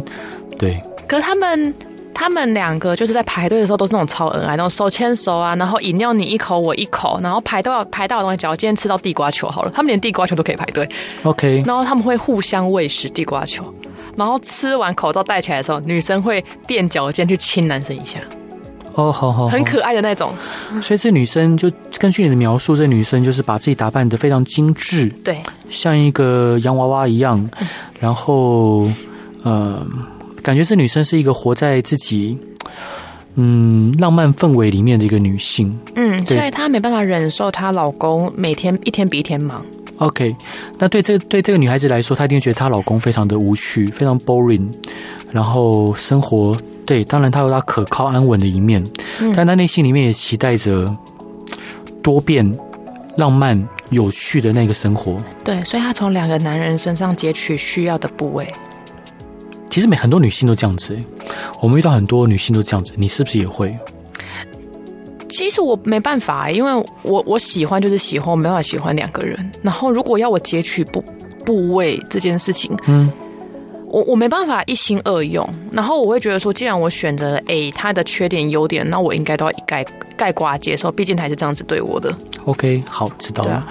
Speaker 1: 对，
Speaker 3: 可是他们他们两个就是在排队的时候都是那种超恩爱，那种手牵手啊，然后饮料你一口我一口，然后排到排到的东西，假如今天吃到地瓜球好了，他们连地瓜球都可以排队，
Speaker 1: OK，
Speaker 3: 然后他们会互相喂食地瓜球。然后吃完口罩戴起来的时候，女生会垫脚尖去亲男生一下，
Speaker 1: 哦，好好，好
Speaker 3: 很可爱的那种。
Speaker 1: 所以这女生就根据你的描述，这女生就是把自己打扮得非常精致，
Speaker 3: 对，
Speaker 1: 像一个洋娃娃一样，然后，呃，感觉这女生是一个活在自己，嗯，浪漫氛围里面的一个女性。
Speaker 3: 嗯，
Speaker 1: 对
Speaker 3: 所以她没办法忍受她老公每天一天比一天忙。
Speaker 1: OK，那对这对这个女孩子来说，她一定觉得她老公非常的无趣，非常 boring，然后生活对，当然她有她可靠安稳的一面，
Speaker 3: 嗯
Speaker 1: 但她内心里面也期待着多变、浪漫、有趣的那个生活。
Speaker 3: 对，所以她从两个男人身上截取需要的部位。
Speaker 1: 其实每很多女性都这样子、欸，我们遇到很多女性都这样子，你是不是也会？
Speaker 3: 其实我没办法欸，因为我我喜欢就是喜欢，我没办法喜欢两个人。然后如果要我截取部部位这件事情，
Speaker 1: 嗯，
Speaker 3: 我我没办法一心二用。然后我会觉得说，既然我选择了 A，他的缺点优点，那我应该都要一概概括接受，毕竟他也是这样子对我的。
Speaker 1: OK，好，知道了。
Speaker 3: 对啊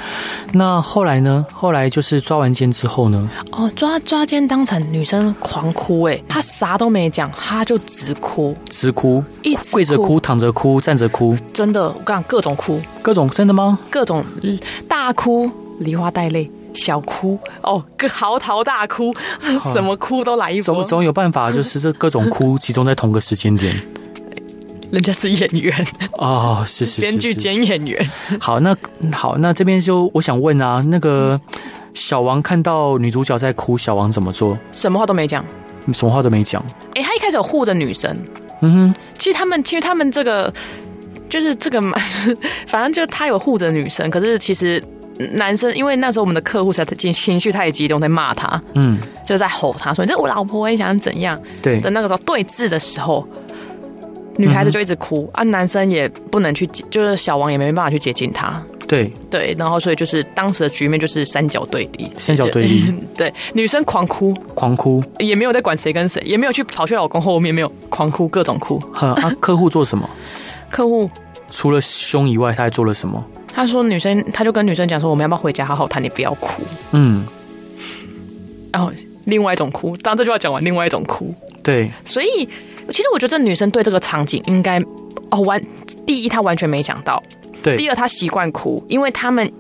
Speaker 1: 那后来呢？后来就是抓完奸之后呢？
Speaker 3: 哦，抓抓奸当场女生狂哭哎，她啥都没讲，她就只哭，
Speaker 1: 直哭，
Speaker 3: 一直
Speaker 1: 跪着哭，，躺着哭，站着哭，
Speaker 3: 真的，我跟你讲，各种哭，
Speaker 1: 各种真的吗？
Speaker 3: 各种嗯大哭，梨花带泪，
Speaker 2: 小哭哦，个嚎啕大哭，什么哭都来一波
Speaker 1: 总。总有办
Speaker 3: (laughs)
Speaker 1: 法，就是这各种哭集中在同个时间点。
Speaker 2: 人家是演员，
Speaker 3: (laughs)
Speaker 1: 哦，是是是
Speaker 2: 编剧
Speaker 1: 是
Speaker 2: 兼
Speaker 1: 是。
Speaker 2: 演员，
Speaker 1: 好，那好，那这边就我想问啊，那个小王看到女主角在哭，小王怎么做？
Speaker 3: 什么话都没讲。
Speaker 1: 什么话都没讲。
Speaker 3: 诶，他一开始有护着女生，
Speaker 1: 嗯哼，
Speaker 3: 其实他们，其实他们这个就是这个 (laughs) 嘛，反正就是他有护着女生，可是其实男生因为那时候我们的客户才情情绪太激动，在骂他，
Speaker 1: 嗯，
Speaker 3: 就是在吼他说你这我老婆，你想怎样
Speaker 1: 对
Speaker 3: 的，那个时候对峙的时候。女孩子就一直哭、
Speaker 1: 嗯
Speaker 3: 啊，男生也不能去接，就是小王也没办法去接近她，
Speaker 1: 对，
Speaker 3: 对，然后所以就是当时的局面就是三角对立，
Speaker 1: 三角对立，
Speaker 3: (laughs) 对，女生狂哭，
Speaker 1: 狂哭。
Speaker 2: 也没有在管谁跟谁，也没有去跑去老公后面，没有狂哭，各种哭。
Speaker 1: 呵啊，客户做什么？
Speaker 3: 客户
Speaker 1: 除了凶以外，他还做了什么？
Speaker 3: 他说女生，他就跟女生讲说，我们要不要回家好好谈，你不要哭。
Speaker 1: 嗯，
Speaker 2: 然后另外一种哭，当然这句话讲完，另外一种哭，
Speaker 1: 对，
Speaker 3: 所以其实我觉得这女生对这个场景应该哦完，第一她完全没想到，第
Speaker 1: 对，
Speaker 3: 二她习惯哭，因为他们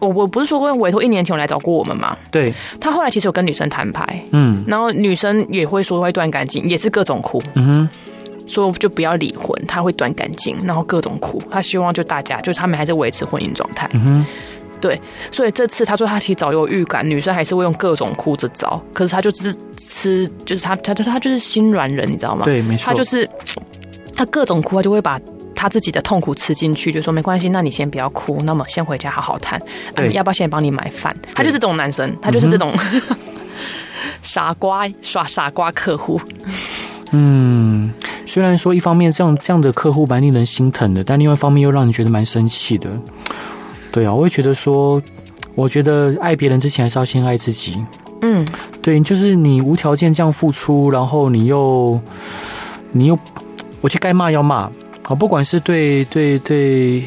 Speaker 3: 我我不是说过委托一年前有来找过我们嘛，
Speaker 1: 对，
Speaker 3: 她后来其实有跟女生摊牌。
Speaker 1: 嗯，
Speaker 3: 然后女生也会说会断干净，也是各种哭，
Speaker 1: 嗯哼，
Speaker 3: 说就不要离婚，她会断干净，然后各种哭，她希望就大家就是他们还是维持婚姻状态，
Speaker 1: 嗯哼，
Speaker 3: 所以这次她说她其实早有预感，女生还是会用各种哭着招，可是她就只是吃，就是她她她她就是心软人，你知道吗？
Speaker 1: 对，没
Speaker 3: 他
Speaker 1: 错
Speaker 3: 就，是他各种哭，他就会把他自己的痛苦吃进去，就说没关系，那你先不要哭，那么先回家好好谈。啊，
Speaker 1: 对嗯
Speaker 3: 你要不要先帮你买饭？他就是这种男生，他就是这种、傻瓜耍傻瓜客户。
Speaker 1: 嗯，虽然说一方面这样这样的客户蛮令人心疼的，但另外一方面又让你觉得蛮生气的。对啊，我会觉得说，我觉得爱别人之前还是要先爱自己。
Speaker 3: 嗯，
Speaker 1: 对，就是你无条件这样付出，然后你又，你又，我觉得该骂要骂，好，不管是对对对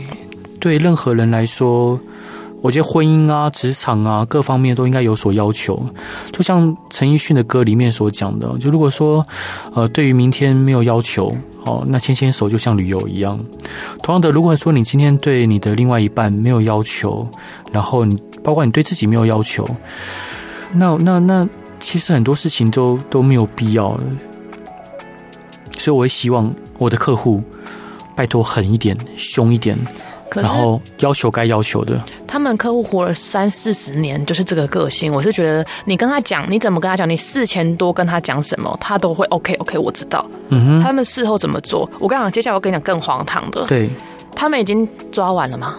Speaker 1: 对任何人来说，我觉得婚姻啊、职场啊各方面都应该有所要求。就像陈奕迅的歌里面所讲的，就如果说，呃，对于明天没有要求，哦，那牵牵手就像旅游一样。同样的，如果说你今天对你的另外一半没有要求，然后你包括你对自己没有要求，那那那其实很多事情都都没有必要了。所以我会希望我的客户拜托狠一点、凶一点，
Speaker 3: 可
Speaker 1: 然
Speaker 3: 是
Speaker 1: 后要求该要求的。
Speaker 3: 他们客户活了三四十年，就是这个个性。我是觉得你跟他讲，你怎么跟他讲，你事前多跟他讲什么，他都会 OK OK，我知道。
Speaker 1: 嗯哼，
Speaker 3: 他们事后怎么做？我跟你讲，接下来我跟你讲更荒唐的。
Speaker 1: 对
Speaker 3: 他们已经抓完了嘛，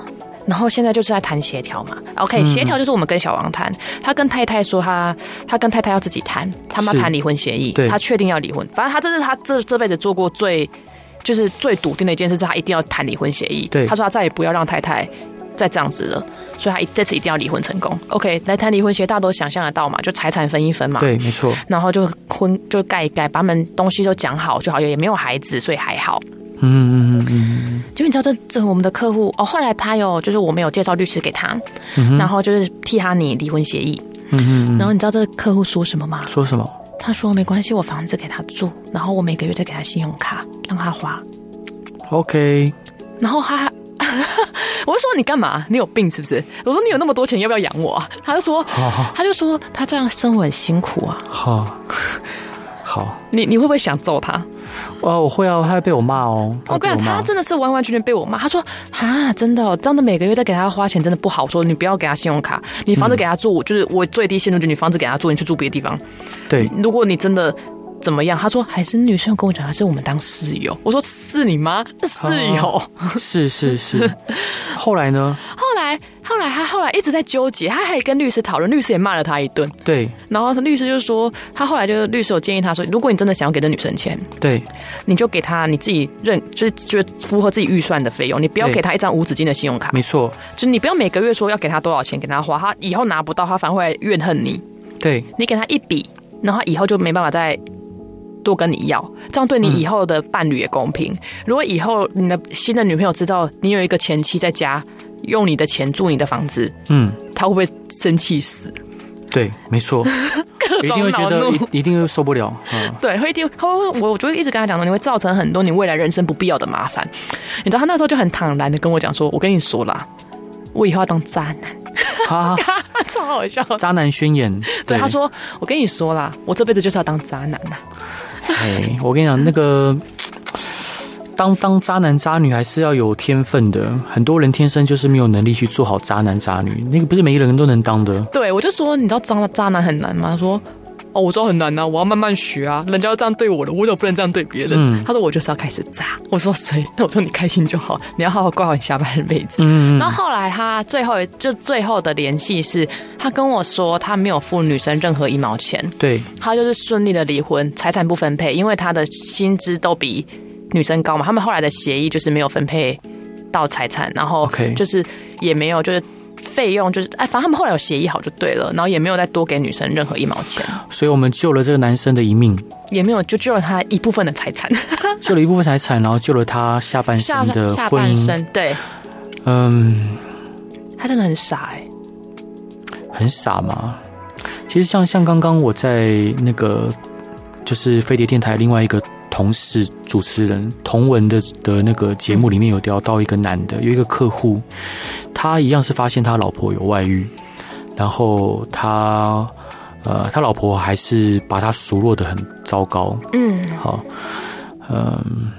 Speaker 3: 然后现在就是在谈协调嘛。OK，协
Speaker 1: 嗯
Speaker 3: 调就是我们跟小王谈，他跟太太说他他跟太太要自己谈，他们要
Speaker 1: 是
Speaker 3: 谈离婚协议
Speaker 1: 对，
Speaker 3: 他确定要离婚。反正他这是他这这辈子做过最就是最笃定的一件事，是他一定要谈离婚协议。
Speaker 1: 对
Speaker 3: 他说他再也不要让太太。再这样子了，所以他一这次一定要离婚成功。OK，来谈离婚协议，大家都想象得到嘛，就财产分一分嘛。
Speaker 1: 对，没错。
Speaker 3: 然后就婚就盖一盖，把他们东西都讲好就好，也也没有孩子，所以还好。
Speaker 1: 嗯嗯嗯嗯
Speaker 3: 就你知道这这我们的客户哦，后来他有就是我们有介绍律师给他，然后就是替他拟离婚协议。
Speaker 1: 嗯嗯嗯。
Speaker 3: 然后你知道这个客户说什么吗？
Speaker 1: 说什么？
Speaker 3: 他说没关系，我房子给他住，然后我每个月再给他信用卡让他花。
Speaker 1: OK，
Speaker 3: 然后他， (laughs) 我就说你干嘛？你有病是不是？我说你有那么多钱，要不要养我啊？他就说，
Speaker 1: 好好
Speaker 3: 他就说他这样生活很辛苦啊，
Speaker 1: 好好
Speaker 3: 你你会不会想揍他？
Speaker 1: 哦，我会啊，他会被我骂哦。
Speaker 3: 我跟你
Speaker 1: 会被
Speaker 3: 讲，
Speaker 1: 骂
Speaker 3: 他真的是完完全全被我骂。他说：“哈，真的、哦，这样的每个月再给他花钱真的不好。”我说：“你不要给他信用卡，你房子给他住，就是我最低限度就是你房子给他住，你去住别的地方。 (laughs)
Speaker 1: 对
Speaker 3: 如果你真的怎么样，他说还是女生有跟我讲，还是我们当室友。我说是你妈室友。
Speaker 1: 是是是。后来呢？
Speaker 3: 后来后来他后来一直在纠结，他还跟律师讨论，律师也骂了他一顿。
Speaker 1: 对
Speaker 3: 然后律师就说，他后来就律师有建议他说，如果你真的想要给这女生钱，
Speaker 1: 对
Speaker 3: 你就给她你自己认，就是就是符合自己预算的费用，你不要
Speaker 1: 对
Speaker 3: 给她一张无止境的信用卡。
Speaker 1: 没错
Speaker 3: 就是你不要每个月说要给他多少钱给他花，他以后拿不到，他反而会怨恨你。
Speaker 1: 对
Speaker 3: 你给他一笔，然后他以后就没办法再多跟你要，这样对你以后的伴侣也公平。如果以后你的新的女朋友知道你有一个前妻在家用你的钱住你的房子，
Speaker 1: 嗯
Speaker 3: 她会不会生气死？
Speaker 1: 对没错，一定会觉
Speaker 3: 恼
Speaker 1: 得
Speaker 3: 怒
Speaker 1: 一一定会受不了。嗯，
Speaker 3: 对，会一定，他会我我就会一直跟他讲说，你会造成很多你未来人生不必要的麻烦。你知道他那时候就很坦然的跟我讲说，我跟你说啦，我以后要当渣男。
Speaker 1: 哈哈。
Speaker 2: (laughs) 超好笑。
Speaker 1: 渣男宣言，
Speaker 2: 对，他说：“我跟你说啦，我这辈子就是要当渣男啊呐、
Speaker 1: 哎，我跟你讲，那个当当渣男渣女还是要有天分的，很多人天生就是没有能力去做好渣男渣女，那个不是每一个人都能当的。
Speaker 2: 对，我就说：“你知道渣渣男很难吗？”他说：“哦，我知道很难呐、我要慢慢学啊。人家要这样对我的，我怎么不能这样对别人？”
Speaker 1: 嗯
Speaker 2: 他说：“我就是要开始渣。”我说：“谁？”那 (laughs) 我说：“你开心就好，你要好好过好你下半辈子。
Speaker 1: 嗯，
Speaker 3: 然后后来他最后就最后的联系是，他跟我说他没有付女生任何一毛钱，
Speaker 1: 对，
Speaker 3: 他就是顺利的离婚，财产不分配，因为他的薪资都比女生高嘛。他们后来的协议就是没有分配到财产，然后
Speaker 1: OK
Speaker 3: 就是也没有就是费用，就是哎，反正他们后来有协议好就对了，然后也没有再多给女生任何一毛钱，
Speaker 1: 所以我们救了这个男生的一命，
Speaker 3: 也没有就救了他一部分的财产，
Speaker 1: 救了一部分财产，然后救了他下半
Speaker 3: 下
Speaker 1: 生的
Speaker 3: 下
Speaker 1: 婚
Speaker 3: 半
Speaker 1: 姻。
Speaker 3: 生对。
Speaker 1: 嗯，
Speaker 3: 他真的很傻哎、
Speaker 1: 很傻嘛。其实像像刚刚我在那个就是飞碟电台另外一个同事主持人同文的的那个节目里面有聊到一个男的，有一个客户，他一样是发现他老婆有外遇，然后他呃他老婆还是把他数落的很糟糕，
Speaker 3: 嗯，
Speaker 1: 好，嗯，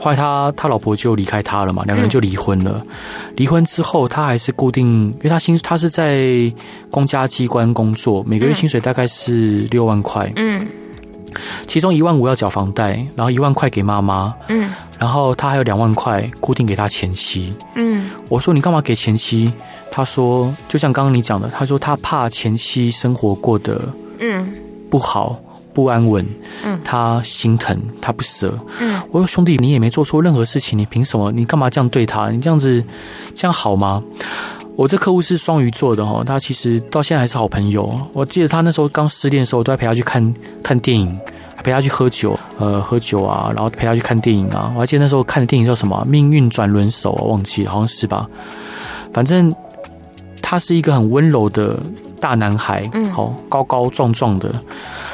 Speaker 1: 后来他他老婆就离开他了嘛，两
Speaker 3: 嗯
Speaker 1: 个人就离婚了。离婚之后，他还是固定，因为他薪他是在公家机关工作，每个月
Speaker 3: 嗯
Speaker 1: 薪水大概是六万块，
Speaker 3: 嗯
Speaker 1: 其中一万五要缴房贷，然后一万块给妈妈，
Speaker 3: 嗯
Speaker 1: 然后他还有两万块固定给他前妻。
Speaker 3: 嗯
Speaker 1: 我说你干嘛给前妻？他说就像刚刚你讲的，他说他怕前妻生活过得
Speaker 3: 嗯
Speaker 1: 不好、不安稳，
Speaker 3: 嗯
Speaker 1: 他心疼，他不舍，
Speaker 3: 嗯，
Speaker 1: 我说兄弟，你也没做错任何事情，你凭什么？你干嘛这样对他？你这样子，这样好吗？我这客户是双鱼座的哦，他其实到现在还是好朋友。哦我记得他那时候刚失恋的时候，我都在陪他去看看电影，陪他去喝酒，呃，喝酒啊，然后陪他去看电影啊。我还记得那时候看的电影叫什么啊《命运转轮手》啊，忘记了好像是吧。反正他是一个很温柔的大男孩，
Speaker 3: 嗯
Speaker 1: 好、高高壮壮的。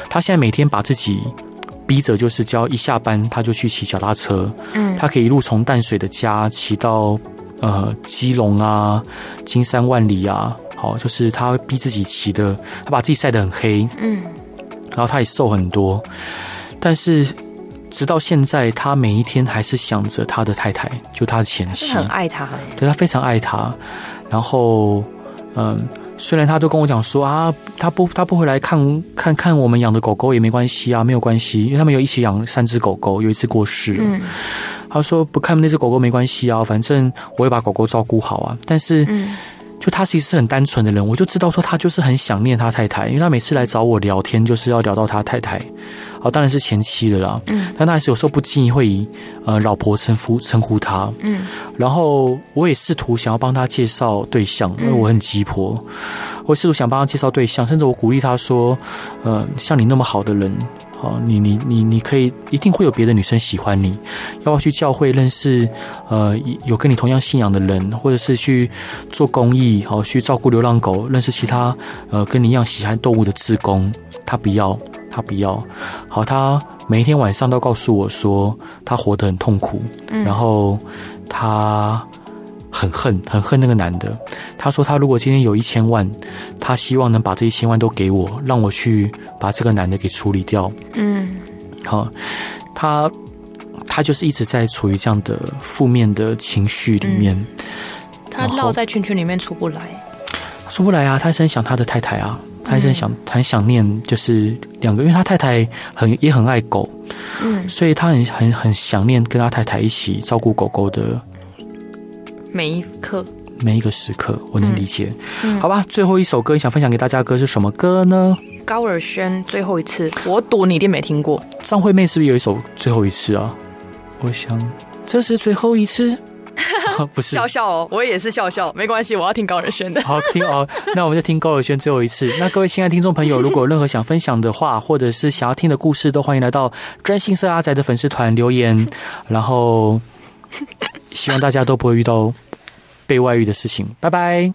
Speaker 1: 他现在每天把自己逼着，就是只要一下班他就去骑脚踏车，
Speaker 3: 嗯
Speaker 1: 他可以一路从淡水的家骑到呃基隆啊、金山万里啊，好，就是他逼自己骑的，他把自己晒得很黑，
Speaker 3: 嗯
Speaker 1: 然后他也瘦很多，但是直到现在，他每一天还是想着他的太太，就他的前
Speaker 3: 真
Speaker 1: 妻，
Speaker 3: 的很爱他、欸，
Speaker 1: 对他非常爱他。然后，嗯，虽然他都跟我讲说啊，他不他不回来看看看我们养的狗狗也没关系啊，没有关系，因为他们有一起养三只狗狗，有一只过世了。
Speaker 3: 嗯
Speaker 1: 他说不看那只狗狗没关系啊，反正我会把狗狗照顾好啊。但是
Speaker 3: 嗯
Speaker 1: 就他其实是很单纯的人，我就知道说他就是很想念他太太，因为他每次来找我聊天就是要聊到他太太，哦，当然是前妻的啦。
Speaker 3: 嗯
Speaker 1: 但他还是有时候不经意会以呃老婆称呼称呼他，
Speaker 3: 嗯
Speaker 1: 然后我也试图想要帮他介绍对象，因为我很急迫，我试图想帮他介绍对象，甚至我鼓励他说，呃，像你那么好的人，哦，你你你你可以一定会有别的女生喜欢你，要不要去教会认识呃有跟你同样信仰的人，或者是去做公益，好、去照顾流浪狗，认识其他呃跟你一样喜欢动物的志工，他不要，他不要，好，他每一天晚上都告诉我说他活得很痛苦，
Speaker 3: 嗯
Speaker 1: 然后他很恨，很恨那个男的。他说他如果今天有一千万，他希望能把这一千万都给我，让我去把这个男的给处理掉。
Speaker 3: 嗯
Speaker 1: 好、他他就是一直在处于这样的负面的情绪里面，
Speaker 3: 嗯他绕在圈圈里面出不来。
Speaker 1: 出不来啊。他还是很想他的太太啊，他还是很
Speaker 3: 嗯
Speaker 1: 想，很想念，就是两个，因为他太太很也很爱狗，
Speaker 3: 嗯，
Speaker 1: 所以他很很很想念跟他太太一起照顾狗狗的
Speaker 3: 每一刻，
Speaker 1: 每一个时刻，我能理解。
Speaker 3: 嗯
Speaker 1: 好吧，最后一首歌你想分享给大家的歌是什么歌呢？
Speaker 3: 高尔宣最后一次，我赌你一定没听过。
Speaker 1: 张惠妹是不是有一首《最后一次》啊？我想这是最后一次，啊不是。
Speaker 2: 笑笑哦，我也是笑笑，没关系，我要听高人轩的。
Speaker 1: 好听哦，那我们就听高尔宣最后一次。那各位亲爱的听众朋友，如果有任何想分享的话，或者是想要听的故事，都欢迎来到专心社阿宅的粉丝团留言。然后，希望大家都不会遇到被外遇的事情。拜拜。